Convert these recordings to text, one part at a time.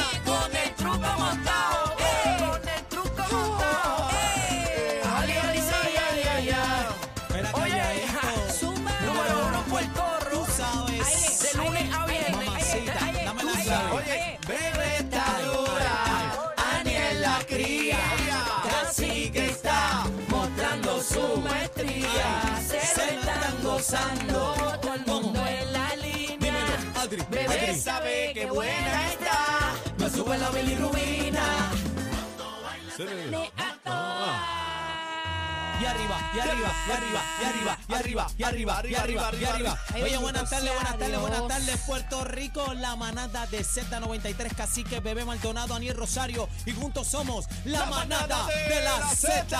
eh. eh. maestría. Casi que está mostrando su maestría. Se lo están gozando todo el mundo en la línea. Dímelo, Adri, Bebé Adri. sabe que buena está. Me sube la bilirrubina. Sí. Le a Ah. toa. Y arriba, y arriba, y arriba, y arriba, y arriba, y arriba, y arriba, y arriba. Ay, Oye, bendito buenas tardes, sea buenas tardes, buenas Dios. tardes, Puerto Rico, la manada de Z93, Cacique, Bebé Maldonado, Aniel Rosario, y juntos somos la manada de la Z.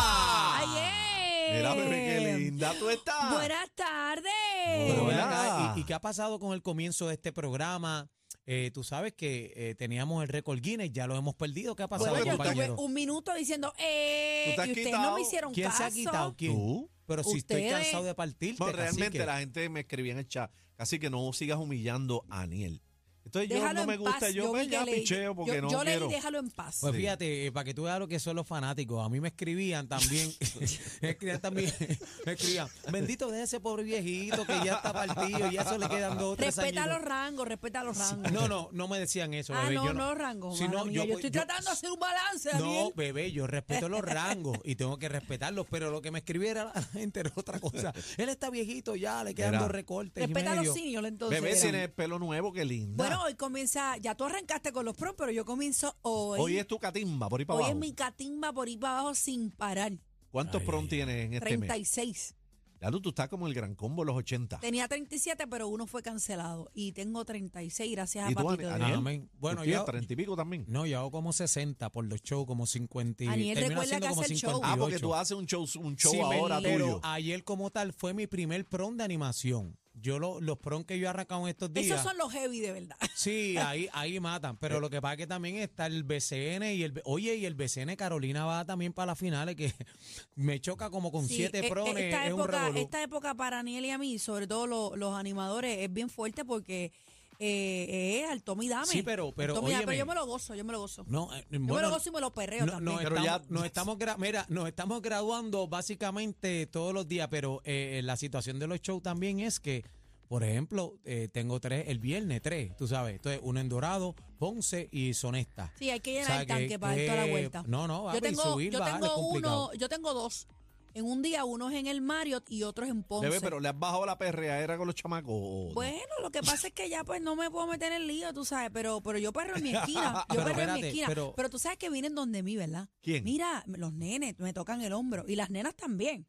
¡Ayer! Mira, bebé, Eh, qué linda tú estás. Buenas tardes. Pero ven Hola. acá, ¿Y, y qué ha pasado con el comienzo de este programa? Eh, tú sabes que eh, teníamos el récord Guinness, ya lo hemos perdido. ¿Qué ha pasado, Bueno, yo estuve compañero? un minuto diciendo, eh, ¿Tú te has y ustedes quitado? no me hicieron ¿Quién caso. se ha quitado? ¿Quién? Tú. Pero si estoy Ustedes. cansado de partirte, No, realmente cacique. la gente me escribía en el chat. Así que no sigas humillando a Aniel. Entonces yo Déjalo no me en gusta, paz. yo me vi ya que leí- picheo porque yo, no yo leí, quiero. déjalo en paz. Pues Sí. fíjate, eh, para que tú veas lo que son los fanáticos, a mí me escribían también, me escribían también, me escribían, bendito de ese pobre viejito que ya está partido, ya solo le quedan dos o tres respeta los añitos". rangos, respeta los rangos. No, no, no me decían eso, ah, bebé. no, yo no, rangos. Si mala no, mía, yo, pues, yo, estoy yo- tratando de hacer un balance, No, Daniel. bebé, yo respeto los rangos y tengo que respetarlos, pero lo que me escribiera la gente era otra cosa. Él está viejito ya, le quedan Mira. dos recortes y respeta a medio. los seniors, entonces. Bebé verán. tiene pelo nuevo, qué linda. bueno, hoy comienza, ya tú arrancaste con los pros, pero yo comienzo hoy. Hoy es tu catimba, por ahí para Hoy es abajo. mi catimba por ir para abajo sin parar. ¿Cuántos Ay, prom ay, tienes en este mes? 36. Lalo, tú estás como el gran combo de los 80. Tenía 37, pero uno fue cancelado. Y tengo 36, gracias a ¿Y tú, Patito. Ani- Dios. Aniel? Amén. Bueno, tú tienes yo, Mm, 30 y pico también. No, yo hago como 60 por los shows, como 50 y Aniel, termino recuerda haciendo que como hace el show. Ah, porque tú 58. haces un show, un show Sí, me- ahora pero tuyo. ayer como tal fue mi primer prom de animación. Yo lo- los prom que yo he arrancado en estos días. Esos son Ah. los heavy de verdad. Sí, ahí, ahí matan. Eh. Pero lo que pasa es que también está el BCN y el B- oye, y el BCN Carolina va también para las finales que me choca como con Sí, siete e- e- prones. esta, es un época, revolú. esta época para Aniel y a mí, sobre todo lo- los animadores, es bien fuerte porque eh, es al Tommy Dame. Sí, pero- pero, Al Tommy Dame, óyeme. pero yo me lo gozo, yo me lo gozo. No, eh, yo me bueno, lo gozo y me lo perreo No, también. nos, Pero estamos, ya- nos estamos gra- mira, nos estamos graduando básicamente todos los días, pero eh, la situación de los shows también es que, por ejemplo, eh, tengo tres, el viernes tres, tú sabes, entonces uno en Dorado, Ponce y Sonesta. sí, hay que O llenar sea, el tanque que- para dar toda la que- vuelta. No, no, yo papi, tengo, subir, yo bajar es tengo complicado. uno, yo tengo dos. En un día, uno es en el Marriott y otro es en Ponce. Bebé, pero le has bajado la perreadera con los chamacos. o no? Bueno, lo que pasa es que ya pues no me puedo meter en lío, tú sabes, pero, pero yo perro en mi esquina, yo Pero perro en espérate, mi esquina. pero- Pero, tú sabes que vienen donde mí, ¿verdad? ¿Quién? Mira, los nenes me tocan el hombro y las nenas también.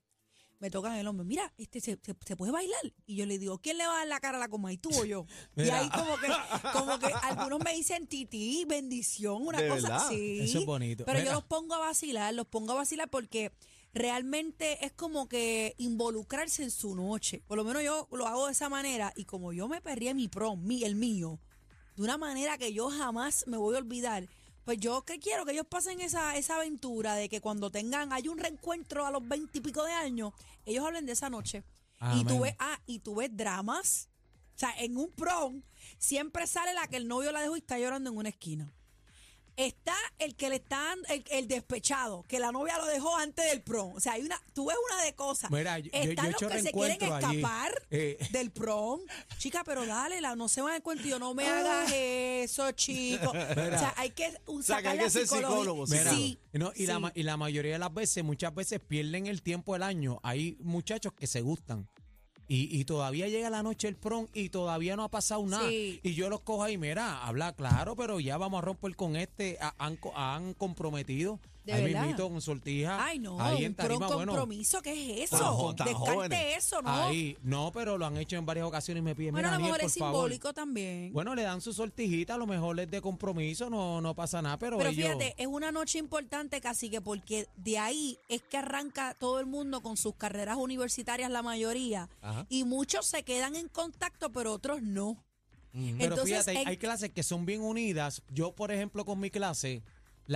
Me tocan el hombro. Mira, este se, se- se puede bailar. Y yo le digo, ¿quién le va a dar la cara a la coma? ¿Y tú o yo? y Mira. ahí como que, como que algunos me dicen tití, bendición, una ¿De cosa verdad? así. Eso es bonito. Pero Mira. yo los pongo a vacilar, los pongo a vacilar porque realmente es como que involucrarse en su noche. Por lo menos yo lo hago de esa manera y como yo me perdí en mi prom, mi, el mío, de una manera que yo jamás me voy a olvidar. Pues yo que quiero que ellos pasen esa, esa aventura de que cuando tengan, hay un reencuentro a los veinte y pico de años, ellos hablen de esa noche. Y Amén. tú ves, ah, y tú ves dramas. O sea, en un prom siempre sale la que el novio la dejó y está llorando en una esquina. Está el que le están, el, el despechado, que la novia lo dejó antes del prom. O sea, hay una, tú ves una de cosas. Mira, yo- yo- yo Están he los hecho que se quieren reencuentros allí. escapar Eh. del prom. Chica, pero dale, la, no se van a encuentro. Yo no me hagas Ah. eso, chico. O sea, hay que uh, sea, que hay sacar la que ser psicología. psicólogo, Mira, Sí, no, y, la, sí. ma- y la mayoría de las veces, muchas veces pierden el tiempo del año. Hay muchachos que se gustan. Y, y todavía llega la noche el prom y todavía no ha pasado nada. Sí. Y yo los cojo ahí, mira, habla claro, pero ya vamos a romper con este. a- han, co- han comprometido. ¿De ahí verdad? mismito con sortija. Ay, no, ahí un en prom tarima, bueno, compromiso, ¿qué es Tan jo- eso? tan Descarte jóvenes. eso, ¿no? Ahí, no, pero lo han hecho en varias ocasiones y me piden, bueno, mira, a lo Aniel, mejor por es favor. simbólico también. Bueno, le dan su sortijita, a lo mejor es de compromiso, no, no pasa nada, pero, Pero ellos... fíjate, es una noche importante, Cacique, porque de ahí es que arranca todo el mundo con sus carreras universitarias, la mayoría. Ajá. Y muchos se quedan en contacto, pero otros no. Ujú. Pero Entonces, fíjate, hay- en- hay clases que son bien unidas. Yo, por ejemplo, con mi clase,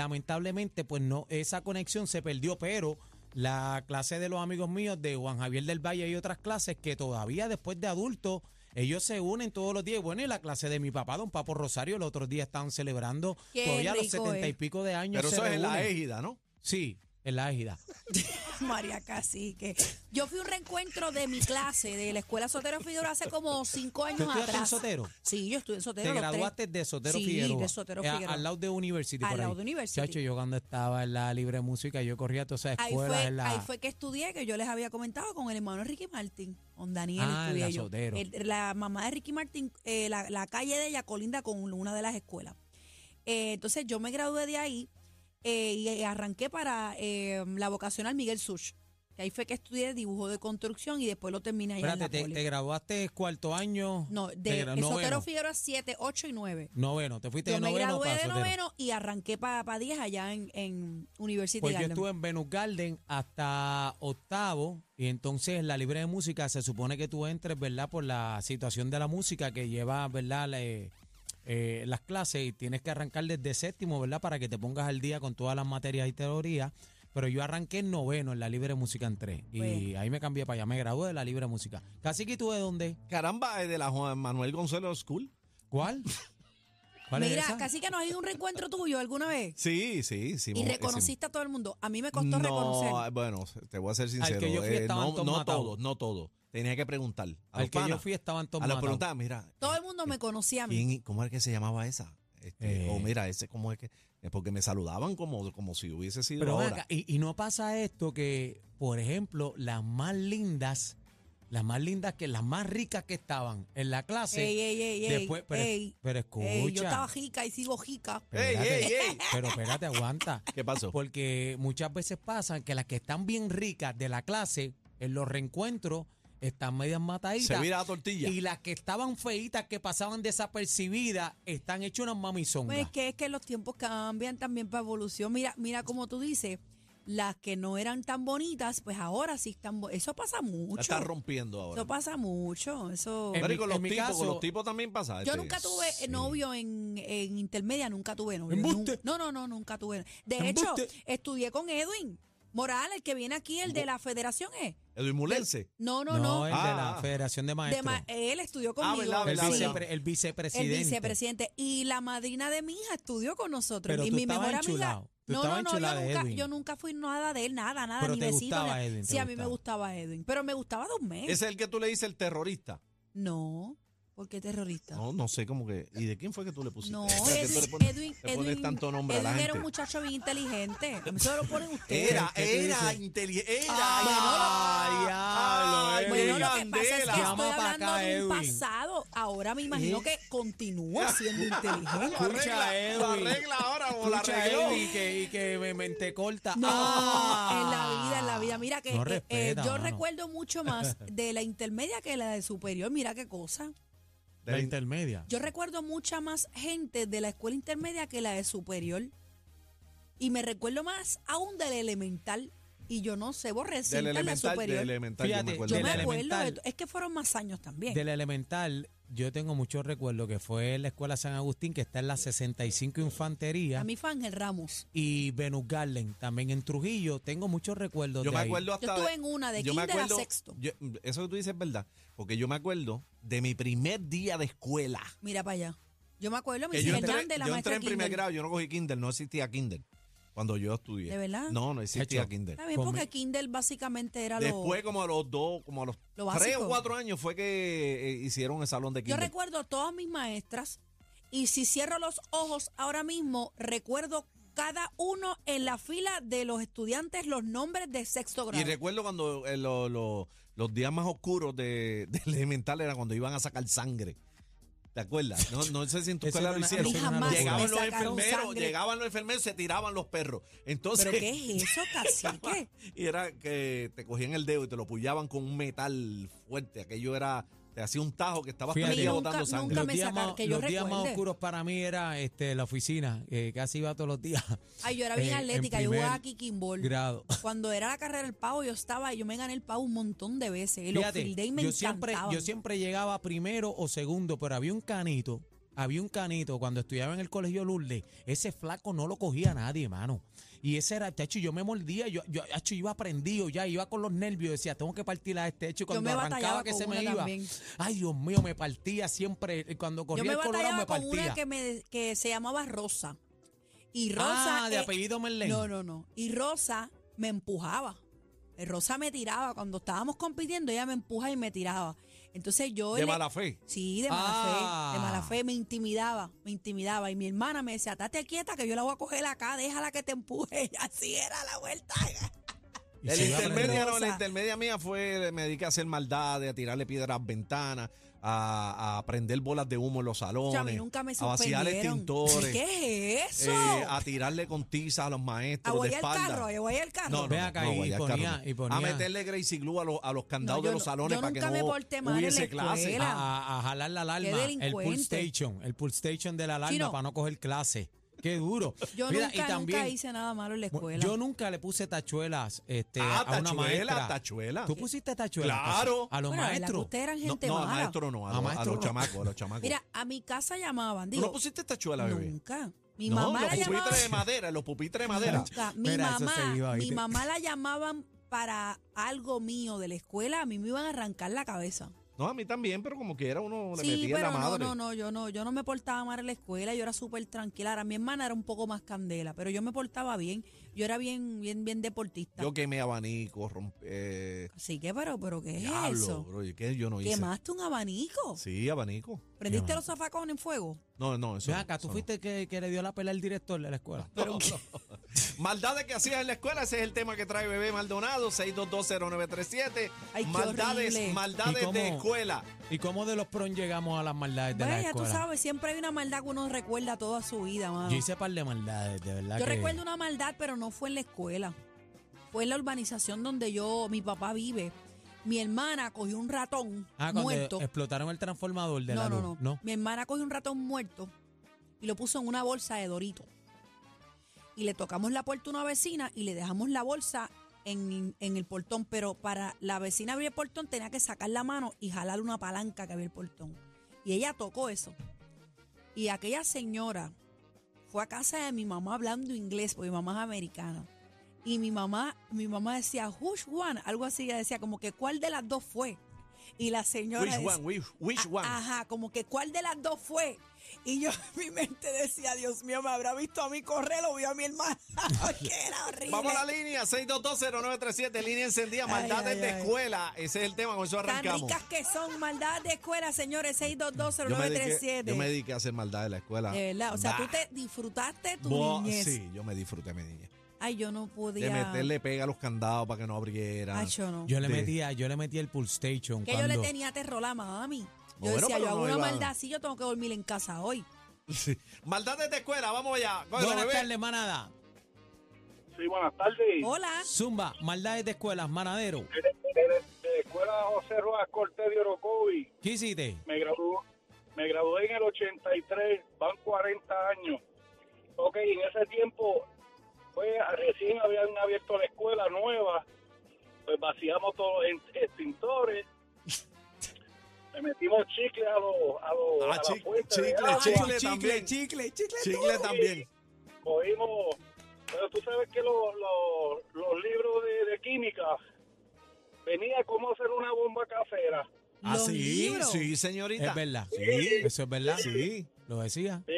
lamentablemente, pues no, esa conexión se perdió, pero la clase de los amigos míos de Juan Javier del Valle y otras clases que todavía después de adultos, ellos se unen todos los días. Bueno, y la clase de mi papá, don Papo Rosario, el otro día estaban celebrando Qué todavía a los rico, setenta y eh. pico de años. Pero se eso es en la reúnen. égida, ¿no? Sí, en la égida. María Cacique. Yo fui a un reencuentro de mi clase, de la Escuela Sotero Figueroa, hace como cinco años ¿Tú estudiaste en atrás. Sotero? Sí, yo estudié en Sotero. Te los tres. graduaste de Sotero Sí, Figueroa. de Sotero eh, a- Figueroa. Al lado de University. Al por lado ahí. de University. Chacho, yo cuando estaba en la libre música, yo corría a todas esas Ahí escuelas. fue, en la- ahí fue que estudié, que yo les había comentado con el hermano Ricky Martin, con Daniel Ah, en estudié la yo. Sotero. El- la mamá de Ricky Martin, eh, la, la calle de ella colinda con una de las escuelas. Eh, entonces yo me gradué de ahí eh, y arranqué para eh, la vocacional Miguel Such. Que ahí fue que estudié dibujo de construcción y después lo terminé allá en Espérate, la te, poli. te graduaste cuarto año. No, te de gra- el Sotero noveno. Figueroa 7, 8 y 9. Noveno, te fuiste Yo de me noveno gradué para de Sotero. noveno y arranqué para 10 allá en, en University Pues yo Garden. estuve en Venus Garden hasta octavo y entonces en la libre de música se supone que tú entres, ¿verdad? Por la situación de la música que lleva, ¿verdad? La, eh, eh, las clases y tienes que arrancar desde séptimo, ¿verdad? Para que te pongas al día con todas las materias y teorías. Pero yo arranqué en noveno en la libre de música en tres y Pues. ahí me cambié para allá, me gradué de la libre de música. Casi que tú de dónde? Caramba, es de la Juan Manuel Gonzalo School. ¿Cuál? ¿Cuál es Mira, esa? casi que no ha ido a un reencuentro tuyo alguna vez. Sí, sí, sí. Y mo- reconociste a todo el mundo. A mí me ese- costó No, reconocer. bueno, te voy a ser sincero. que yo fui eh, estaban no todos no matados. todos, no todos. Tenía que preguntar. A Al los que yo panas. fui estaban todos A los matados. preguntaba, mira. Todo el mundo me conocía a mí. ¿quién- ¿Cómo es que se llamaba esa? Este, Eh. O mira, ese, ¿cómo es que? eh, Porque me saludaban como, como si hubiese sido Pero ven ahora. acá, y, y no pasa esto que, por ejemplo, las más lindas, las más lindas que las más ricas que estaban en la clase. Ey, ey, ey, ey, después, pero, ey, pero ey, escucha. yo estaba jica y sigo jica. Pues Ey, espérate, ey, ey. Pero espérate, aguanta. ¿Qué pasó? Porque muchas veces pasan que las que están bien ricas de la clase, en los reencuentros, están medias Se mataditas. vira la tortilla. Y las que estaban feitas, que pasaban desapercibidas, están hechas unas mamizongas. Pues es que es que los tiempos cambian también para evolución. Mira, mira como tú dices, las que no eran tan bonitas, pues ahora sí están. bo- Eso pasa La mucho. está rompiendo ahora. Eso pasa mucho. Eso. En Pero y mi- con los en mi tipos, caso- con los tipos también Ah, pasa. Yo este, nunca tuve sí. novio en, en intermedia, nunca tuve novio. Embuste. Nun- No, no, no, nunca tuve. De Embuste. hecho, estudié con Edwin Morales, el que viene aquí, el de la federación, ¿eh? Edwin Mulense. No, no, no, no. el de la Ah. Federación de De Maestros. ma- él estudió Ah, conmigo. verdad, el, verdad, sí. verdad. vicepre- el El vicepresidente. vicepresidente. Y la madrina de mi hija estudió con nosotros. Pero y tú mi estabas mejor amiga. enchulado. Tú no, estabas no, no, yo enchulado de nunca, Edwin. yo nunca fui nada de él, nada, nada, Pero ni te besito. gustaba nada. Edwin, te sí, a mí me gustaba. gustaba Edwin. Pero me gustaba dos meses. Ese es el que tú le dices el terrorista. No, porque Oh, terrorista. No, no sé cómo que. ¿Y de quién fue que tú le pusiste? No, O sea, que tú Edwin, Pues, este, le pones- Edwin, le pones Edwin- tanto nombre a la Edwin era un gente. muchacho bien inteligente. A mí se lo ponen ustedes. Era, ¿Qué te era dice? inteligente. Era. Ah, ay, diablo, qué Bueno, lo que candela. pasa es que estoy Llama pa' hablando acá, de un Edwin. pasado. Ahora me ¿Eh? imagino que continúa siendo inteligente. Lo arregla, Escucha, lo Edwin. arregla ahora o la Escucha, arregló. Eddie, que, y que me mente corta. No, Ah. en la vida, en la vida. Mira que No eh, eh, respeta, yo mano. recuerdo mucho más de la intermedia que la de superior. Mira qué cosa. La intermedia. Yo recuerdo mucha más gente de la escuela intermedia que la de superior. Y me recuerdo más aún de la elemental. Y yo no sé, vos Del recién en la elemental, del superior. elemental, yo Fíjate, me Yo acuerdo. Del me Pues de la acuerdo, elemental. de to- es que fueron más años también. De la elemental, yo tengo muchos recuerdos que fue en la Escuela San Agustín, que está en la 65 Infantería, A mí fue Ángel Ramos. y Venus Garden, también en Trujillo. Tengo muchos recuerdos Yo de me ahí. acuerdo hasta. Yo estuve en una de yo me kinder a acuerdo- sexto. yo- eso que tú dices es verdad. Porque yo me acuerdo de mi primer día de escuela. Mira para allá. Yo me acuerdo, me Que yo hicieron entré, de la yo maestra entré en primer kinder. grado, yo no cogí kinder, no existía kinder cuando yo estudié. ¿De verdad? No, no existía Hecho. kinder. Está bien, Conmi- porque kinder básicamente era lo... Después, como a los dos, como a los Lo básico. tres o cuatro años fue que eh, hicieron el salón de Yo kinder. recuerdo todas mis maestras y si cierro los ojos ahora mismo, recuerdo cada uno en la fila de los estudiantes los nombres de sexto y grado. recuerdo cuando eh, lo- lo- los días más oscuros de, de elemental era cuando iban a sacar sangre. ¿Te acuerdas? No, no sé si en tu Eso escuela era lo una- hicieron. eso era una me Llegaban los sacaron enfermeros, sangre. llegaban los enfermeros, se tiraban los perros. Entonces, ¿Pero qué es eso, cacique? y era que te cogían el dedo y te lo pullaban con un metal fuerte. Aquello era, te hacía un tajo que estabas Fíjate. perdido Nunca- botando sangre. nunca los me días, sacaron, más, que yo los días más recuerde. oscuros para mí era este, la oficina, eh, casi iba todos los días. Ay, yo era bien Eh, en atlética, yo jugaba primer kikimball. Grado. Cuando era la carrera del pavo, yo estaba, yo me gané el pavo un montón de veces. Y los Fíjate, field day me yo siempre, yo encantaban. siempre llegaba primero o segundo, pero había un canito, había un canito cuando estudiaba en el colegio Lourdes, ese flaco no lo cogía nadie, mano. Y ese era, chacho, yo me mordía, yo, yo chacho, iba prendido ya, iba con los nervios, decía, tengo que partir a este hecho. Y Yo cuando me batallaba arrancaba que con se me una iba, también. ay Dios mío, me partía siempre, eh, cuando Yo corría me el colorado batallaba me con partía. una que, me, que se llamaba Rosa. Y Rosa. ah, de eh, apellido Merlén. No, no, no. Y Rosa me empujaba. Eh, Rosa me tiraba. Cuando estábamos compitiendo, ella me empuja y me tiraba. Entonces yo. de le- mala fe. Sí, de mala Ah. fe. De mala fe. Me intimidaba, me intimidaba. Y mi hermana me decía, estate quieta que yo la voy a coger acá, déjala que te empuje. Y así era la vuelta. Y El se iba a intermedio, aprender. no, la intermedia mía fue, me dediqué a hacer maldades, a tirarle piedras a las ventanas, a, a prender bolas de humo en O los sea, salones, a mí nunca me a vaciar suspendieron. extintores, ¿Qué es eso? eh, a tirarle con tiza a los a maestros de guayar el espalda. carro, a guayar el carro. No, no, Ve no, acá no, y guayar carro ponía- no. y ponía- A meterle Gracie Glue a, los- a los candados No, yo de los no- salones yo para que nunca me no porté mal en la hubiese clase. escuela. a, a jalar la alarma, el pull delincuente. station, el pull station de la alarma Chino. para no coger clase. Qué duro. Yo Mira, nunca, nunca hice nada malo en la escuela. Yo nunca le puse tachuelas este, Ah, a una tachuela, maestra. tachuela. ¿Tú pusiste tachuelas? Claro. A los Bueno, la que maestros. ustedes eran Ah, No, gente no, al mala. maestro no, a, A los- a maestro los no. chamacos, a los chamacos. Mira, a mi casa llamaban. ¿Tú no Digo, pusiste tachuela, bebé? nunca. Mi no, mamá los la llamaba. pupitres de madera, los pupitres de madera. Nunca. Mi Mira, eso se mamá, iba, mi ¿viste? mamá la llamaban para algo mío de la escuela, a mí me iban a arrancar la cabeza. No, a mí también, pero como que era uno le sí, metía en pero la no, madre. no, no, yo no, yo no me portaba mal en la escuela, yo era súper tranquila. Ahora mi hermana era un poco más candela, pero yo me portaba bien, yo era bien, bien, bien deportista. Yo quemé abanico, rompí. Eh, Así que, pero, pero ¿qué es diablo, eso? bro, ¿y ¿qué yo no hice? ¿Quemaste un abanico? Sí, abanico. ¿Prendiste Qué los zafacones en fuego? No, no, eso. Ven no, acá, tú eso no. fuiste el que, que le dio la pelea al director de la escuela. Maldades que hacías en la escuela, ese es el tema que trae Bebé Maldonado, 6220937. Ay, qué maldades, horrible. ¿Y maldades cómo? de escuela. ¿Y cómo de los pron llegamos a las maldades de la Bueno, ya tú escuela? sabes, siempre hay una maldad que uno recuerda toda su vida, mano. Yo hice par de maldades, de verdad. Yo que- recuerdo una maldad, pero no fue en la escuela. Fue en la urbanización donde yo, mi papá vive. Mi hermana cogió un ratón Ah, cuando muerto. explotaron el transformador de No, la no, luz. no, ¿no? Mi hermana cogió un ratón muerto y lo puso en una bolsa de dorito. Y le tocamos la puerta a una vecina y le dejamos la bolsa en, en el portón. Pero para la vecina abrir el portón tenía que sacar la mano y jalar una palanca que había el portón. Y ella tocó eso. Y aquella señora fue a casa de mi mamá hablando inglés, porque mi mamá es americana. Y mi mamá, mi mamá decía, which one? Algo así, ella decía, como que cuál de las dos fue. Y la señora Which decía, one, which, which a- one. Ajá, como que cuál de las dos fue. Y yo en mi mente decía, Dios mío, me habrá visto a mí correr o vio a mi hermana. que era horrible. Vamos a la línea, 6220937, línea encendida, Ay, maldades ay, de ay. escuela. Ese es el tema, con eso Tan arrancamos. ricas que son, maldad de escuela, señores, Yo me, dediqué, 6220937. yo me dediqué a hacer maldades en la escuela. De verdad, o sea, tú Bah. te disfrutaste tu Bo- niñez. Sí, yo me disfruté mi niñez. Ay, yo no podía. De meterle pega a los candados para que no abrieran. Ay, yo no. Yo le De- metía, yo le metía el pull station. que yo cuando- le tenía terror a mami. Yo Bueno, decía, pero yo hago no una iba- maldad así, yo tengo que dormir en casa hoy. Sí. Maldades de escuela, vamos allá. Cógelo, Buenas bebé. tardes, manada. Sí, buenas tardes. Hola. Zumba, maldades de escuelas, manadero. De, de la escuela José Rojas Cortés de Orocovi. ¿Qué hiciste? Me gradué, me gradué en el 83, van 40 años. Ok, en ese tiempo, pues recién habían abierto la escuela nueva, pues vaciamos todos los en- extintores, le metimos chicle a los a los Ah, a la chi- fuente de chicle, agua. chicle también. chicle, chicle. Chicle también. cogimos, pero tú sabes que los, los- los libros de, de química venía cómo hacer una bomba casera. Ah, Los sí, libros. sí, señorita. Es verdad. Sí. Eso es verdad. Sí. Lo decía. Sí.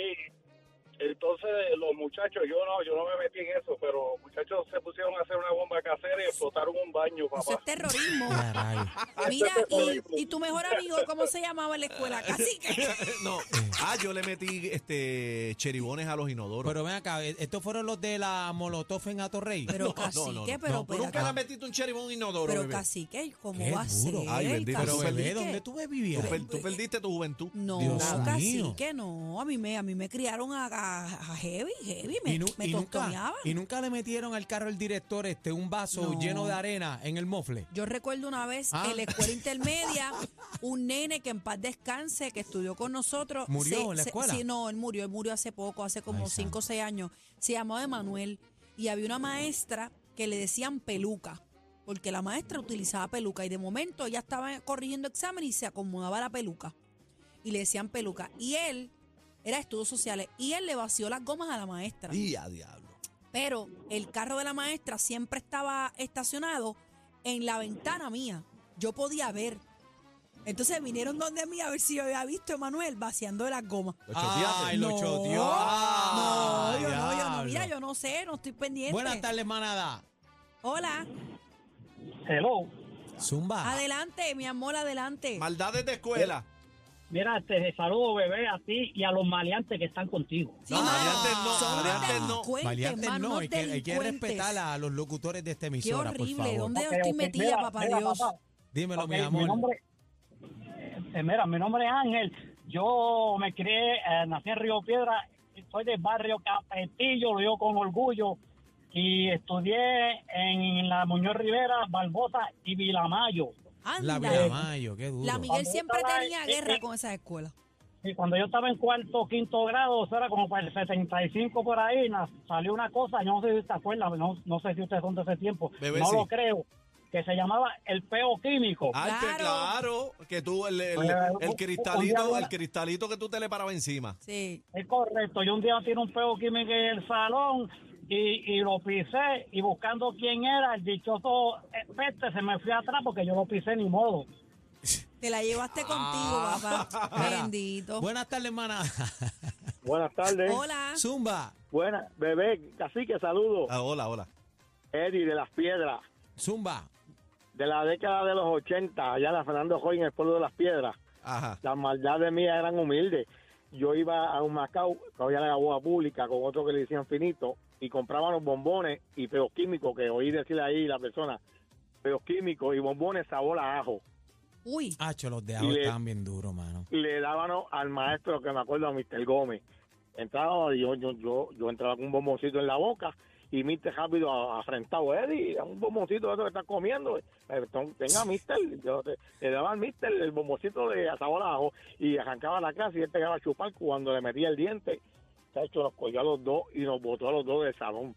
Entonces los muchachos, yo no, yo no me metí en eso, pero los muchachos se pusieron a hacer una bomba casera y explotaron un baño, Eso papá. es terrorismo. Caray. Mira, y, y tu mejor amigo, ¿cómo se llamaba en la escuela? Cacique. no. Ah, yo le metí este cheribones a los inodoros. Pero ven acá, eh, estos fueron los de la Molotov en Atorrey. Pero No, cacique, no, no, no. pero, No, tú pero, nunca le metiste un cheribón a un inodoro, pero bebé. cacique, ¿cómo Qué va a ser? duro. Ay, bendito, Pero Cacique. bebé, ¿dónde tú Tú, bebías? per- tú perdiste tu juventud. No, Dios cacique, no. A mí me, a mí me criaron a, a- a heavy, heavy. Me, y, nu- me y nunca, tostoneaban. y nunca le metieron al carro el director este un vaso No. lleno de arena en el mofle. Yo recuerdo una vez Ah. en la escuela intermedia, un nene que en paz descanse, que estudió con nosotros. ¿Murió en la escuela? sí, no, él murió, él murió hace poco, hace como Ay, cinco o seis años. Se llamaba Emanuel y había una maestra que le decían peluca, porque la maestra utilizaba peluca y de momento ella estaba corrigiendo examen y se acomodaba la peluca. Y le decían peluca. Y él, era de estudios sociales, y él le vació las gomas a la maestra Y a diablo. pero el carro de la maestra siempre estaba estacionado en la ventana mía. Yo podía ver. Entonces vinieron donde mí a ver si yo había visto a Emanuel vaciando de las gomas. Lo choteaste. Ay, lo No, choteó. No, Ah, yo no, yo no. diablo. Mira, yo no sé, no estoy pendiente. Buenas tardes, manada. Hola. Hello. Zumba. Adelante, mi amor, adelante. Maldades de escuela. Mira, te saludo, bebé, a ti y a los maleantes que están contigo. Sí, No, mano, maleantes no, son unos maleantes no. delincuentes, Maleantes mano, no, unos hay que, hay que delincuentes. respetar a los locutores de esta Qué emisora, por horrible, favor. ¿dónde yo Ok, estoy ok, metida, mira, papá mira, Dios? papá. Dímelo, Ok, mi amor. nombre- eh, mira, mi nombre es Ángel. Yo me crié, eh, nací en Río Piedra, soy del barrio Capetillo, lo digo con orgullo, y estudié en la Muñoz Rivera, Barbosa y Vilamayo. La Anda. Vilamayo, qué duro. La Miguel siempre Vamos a la- tenía sí, guerra sí. con esas escuelas. Y cuando yo estaba en cuarto, quinto grado, eso era como para el 75 por ahí, na- salió una cosa, yo no sé si te acuerdas, no, no sé si ustedes son de ese tiempo, Bebé, no sí. lo creo, que se llamaba el peo químico. Ay, pues, Claro. claro, que tú, el, el- Oye, el un- un cristalito, día- el cristalito que tú te le parabas encima. Sí. Es correcto, yo un día tiré un peo químico en el salón y, y lo pisé y buscando quién era, el dichoso eh, peste se me fue atrás porque yo lo pisé ni modo. Te la llevaste contigo, papá. Ah. Mira, Bendito. Buenas tardes, hermana. Buenas tardes. Hola. Zumba. Buenas, bebé, así que saludo. Ah, hola, hola. Eddie de las Piedras, Zumba. de la década de los 80, allá la Fernando Joy en el pueblo de las Piedras. Ajá. Las maldades mías eran humildes. Yo iba a un Macao, que había la boda pública, con otro que le decían finito, y compraban los bombones y peos químicos, que oí decir ahí la persona, peos químicos y bombones sabor a ajo. Uy. Hacho, los de Y ahora le- están bien duros, mano. le daban al maestro, que me acuerdo, a Mr. Gómez. Entraba, yo, yo, yo, yo entraba con un bomboncito en la boca y Mr. rápido a- afrentado, Eddie, dame un bomboncito de eso que estás comiendo. Eh, tom- Tenga, Mister. Yo te- le daba al Mister el bomboncito de sabor a ajo y arrancaba la casa y él pegaba a chupar cuando le metía el diente. De hecho, nos cogió a los dos y nos botó a los dos del salón.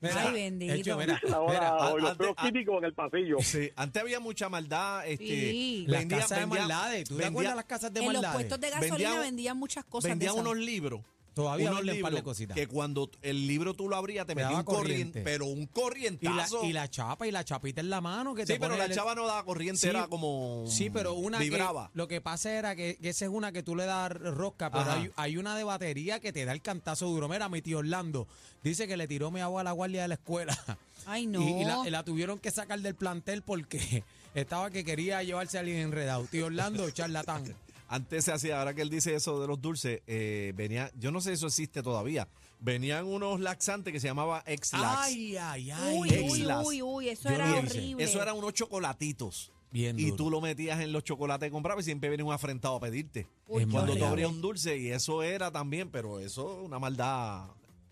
Ay, bendito. hecho, mira, Sabor mira, a ajo, y a- los antes- peos a- químicos en el pasillo. Sí, antes había mucha maldad. Este, Sí. las vendían- casas de vendían- maldades. ¿Tú te vendían- acuerdas las casas de en los maldades? puestos de gasolina Vendían- vendían muchas cosas. vendían de esas. unos libros. Todavía unos venden un par de libros cositas. que cuando el libro tú lo abrías te Te metía daba un corriente, corriente. pero un y, la, corrientazo. y la chapa, y la chapita en la mano. Que sí, te pero pone la el- chava no daba corriente, Sí. era como Sí, pero una vibraba. que lo que pasa era que, que esa es una que tú le das rosca, pero Ajá. hay, hay una de batería que te da el cantazo duro. Mira, mi tío Orlando dice que le tiró mi agua a la guardia de la escuela. Ay, no. Y, y la, y la tuvieron que sacar del plantel porque estaba que quería llevarse a alguien enredado. Tío Orlando, charlatán. Antes se hacía, ahora que él dice eso de los dulces, eh, venía, yo no sé si eso existe todavía, venían unos laxantes que se llamaba Ex-Lax. Ay, ay, ay. uy, ex uy, las- uy, uy. Eso Yo era lo hice. horrible. Eso eran unos chocolatitos. Bien Y duro. tú lo metías en los chocolates que comprabas y siempre venía un afrentado a pedirte. Uy, qué Es más Cuando tú real. horrible. abrías un dulce y eso era también, pero eso una maldad.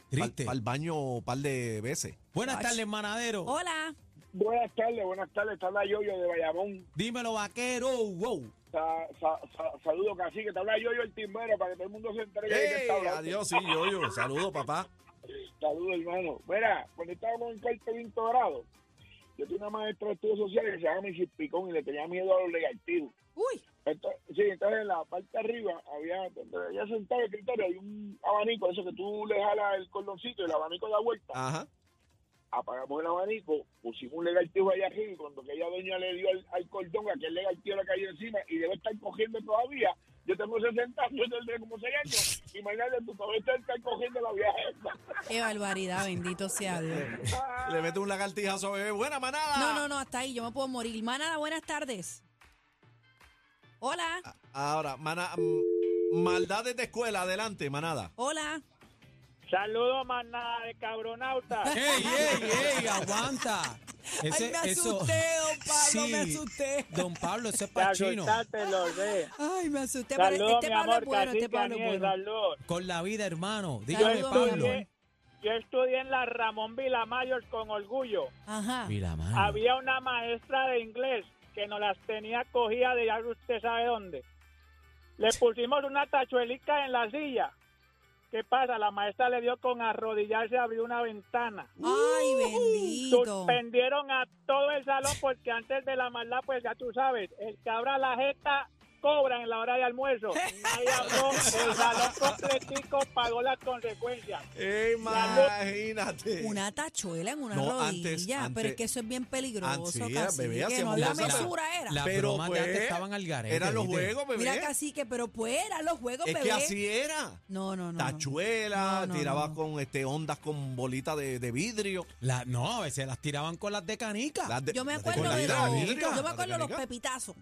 Triste. Para el baño un par de veces. Buenas Ach. tardes, manadero. Hola. Buenas tardes, buenas tardes. Está la Yoyo de Bayamón. Dímelo, vaquero. Wow. Sa- sa- sa- saludo, cacique. Te habla Yoyo el timbero para que todo el mundo se entregue. de que ¡Ey! está hablando. Adiós, sí, yo, yo. Saludos, papá. Saludo, hermano. Mira, cuando estábamos en cuarto quinto grado, yo tenía una maestra de estudios sociales que se llama Mrs. Picón y le tenía miedo a los legaltivos. Uy. Entonces, sí, entonces en la parte de arriba había, donde ella sentaba en el escritorio, hay un abanico, eso que tú le jalas el cordoncito y el abanico da vuelta. Ajá. apagamos el abanico, pusimos un legaltivo allá arriba y cuando aquella doña le dio al, al cordón, aquel legaltivo le cayó encima y debe estar cogiendo todavía. Yo tengo 60 años, yo tengo como 6 años. Imagínate, tú todavía estás estar cogiendo la vieja esa. Qué barbaridad. Bendito sea Dios. Le mete un lagartijazo a bebé. Buena manada. No, no, no. Hasta ahí. Yo me puedo morir. Manada, buenas tardes. Hola. Ahora, mana- mm, maldades de escuela, adelante, manada. Hola. Saludos, manada de cabronauta. ¡Ey, ey, ey! ¡Aguanta! Ay, me asusté, don Pablo, me Sí. asusté. Don Pablo, ese es pachino. Ay, me asusté. pero Saludos, este mi Pablo amor, Este es bueno, este cacique Pablo es Aniel, bueno. saludos. Con la vida, hermano. Dígame, Saludos, mi Pablo. amor. Yo estudié en la Ramón Vilamayor con orgullo. Ajá. Mira, mano. Había una maestra de inglés que nos las tenía cogidas de ya usted sabe dónde. Le pusimos una tachuelica en la silla. ¿Qué pasa? La maestra le dio con arrodillarse, abrió una ventana. Ay, bendito. Suspendieron a todo el salón porque antes de la maldad, pues ya tú sabes, el que abra la jeta cobran en la hora de almuerzo. Nadie habló, el salón completico pagó las consecuencias. Imagínate. Una tachuela en una No, antes- rodilla. pero es antes- que eso es bien peligroso, Ah, sí, cacique, bebé, que no hacíamos había la- la- mesura, era. la- Las pero bromas de pues, antes estaban al garete, Eran los ¿viste? juegos, bebé. Mira, cacique, pero pues eran los juegos, es bebé. que así era. No, no, no. no. Tachuela, No, no, tirabas no. con este ondas con bolitas de, de vidrio. La- no, a veces las tiraban con las de canica. Las de- Yo me las de acuerdo con de la los, vidrio, yo me las de acuerdo de los canica. pepitazos.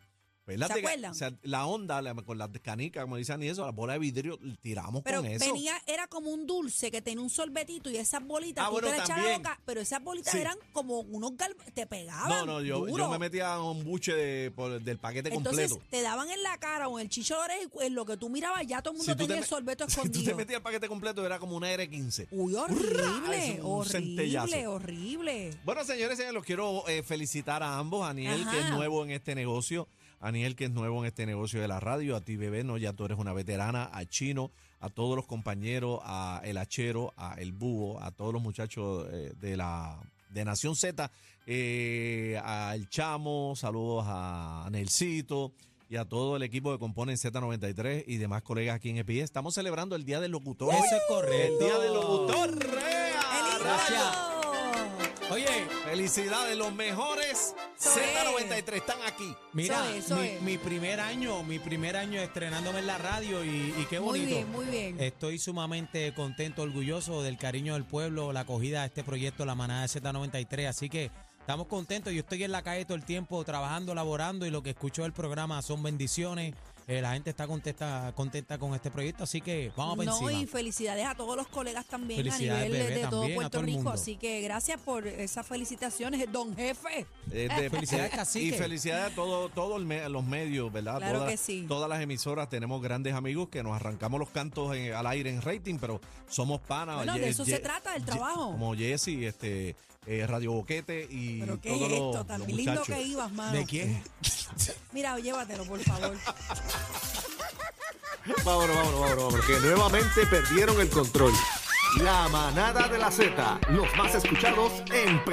Pues las ¿Se de ca- acuerdan? o sea, la onda la- con las de canicas, como dicen, y eso, la bola de vidrio, tiramos Pero con eso. venía, era como un dulce que tenía un sorbetito y esas bolitas Ah, tú bueno, te las echabas a la también. boca, pero esas bolitas Sí. eran como unos gal... te pegaban. No, no, yo, duro. yo me metía un buche de- por- del paquete Entonces completo. te daban en la cara o en el chicho de la oreja y en lo que tú mirabas ya todo el mundo tú te tenía me- el sorbeto si tú te escondido. metías el paquete completo, era como una R15. Uy, horrible, Eso, un horrible, centellazo. horrible. Bueno, señores, señores, los quiero eh, felicitar a ambos. A Aniel, Ajá. que es nuevo en este negocio. Aniel, que es nuevo en este negocio de la radio. A ti, bebé, no, ya tú eres una veterana. A Chino, a todos los compañeros, a El Hachero, a El Búho, a todos los muchachos eh, de la de Nación Z, eh, al Chamo, saludos a Nelsito y a todo el equipo que componen Z93 y demás colegas aquí en EPI. Estamos celebrando el Día del Locutor. Eso es correcto. El Día del Locutor. ¡Ea! ¡El ídolo! Oye, Felicidades, los mejores Eso es. Z93 están aquí. mira, Eso es, eso mi, es. mi primer año, mi primer año estrenándome en la radio y, y qué Muy bonito. Eh, bien, muy bien. Estoy sumamente contento, orgulloso del cariño del pueblo, la acogida a este proyecto, la manada de Z93. Así que estamos contentos. Yo estoy en la calle todo el tiempo trabajando, laborando y lo que escucho del programa son bendiciones. Eh, la gente está contenta, contenta con este proyecto, así que vamos para No, encima. y felicidades a todos los colegas también a Felicidades, nivel de, bebé, de todo también, a Puerto todo el Rico. mundo. Así que gracias por esas felicitaciones, don jefe. Eh, de- Felicidades, eh, cacique. Y felicidades a todos todo el me- los medios, ¿verdad? Claro Todas- que sí. Todas las emisoras tenemos grandes amigos que nos arrancamos los cantos en- al aire en rating, pero somos panas. Bueno, de Ye- eso Ye- se trata, del Ye- trabajo. Como Jesse, este, eh, Radio Boquete y Pero qué todos es los- esto, tan los lindo muchachos. que ibas, mano. ¿De quién? Mira, llévatelo, por favor. Vámonos, vámonos, vámonos, vámonos, que nuevamente perdieron el control. La manada de la Z, los más escuchados en Perú.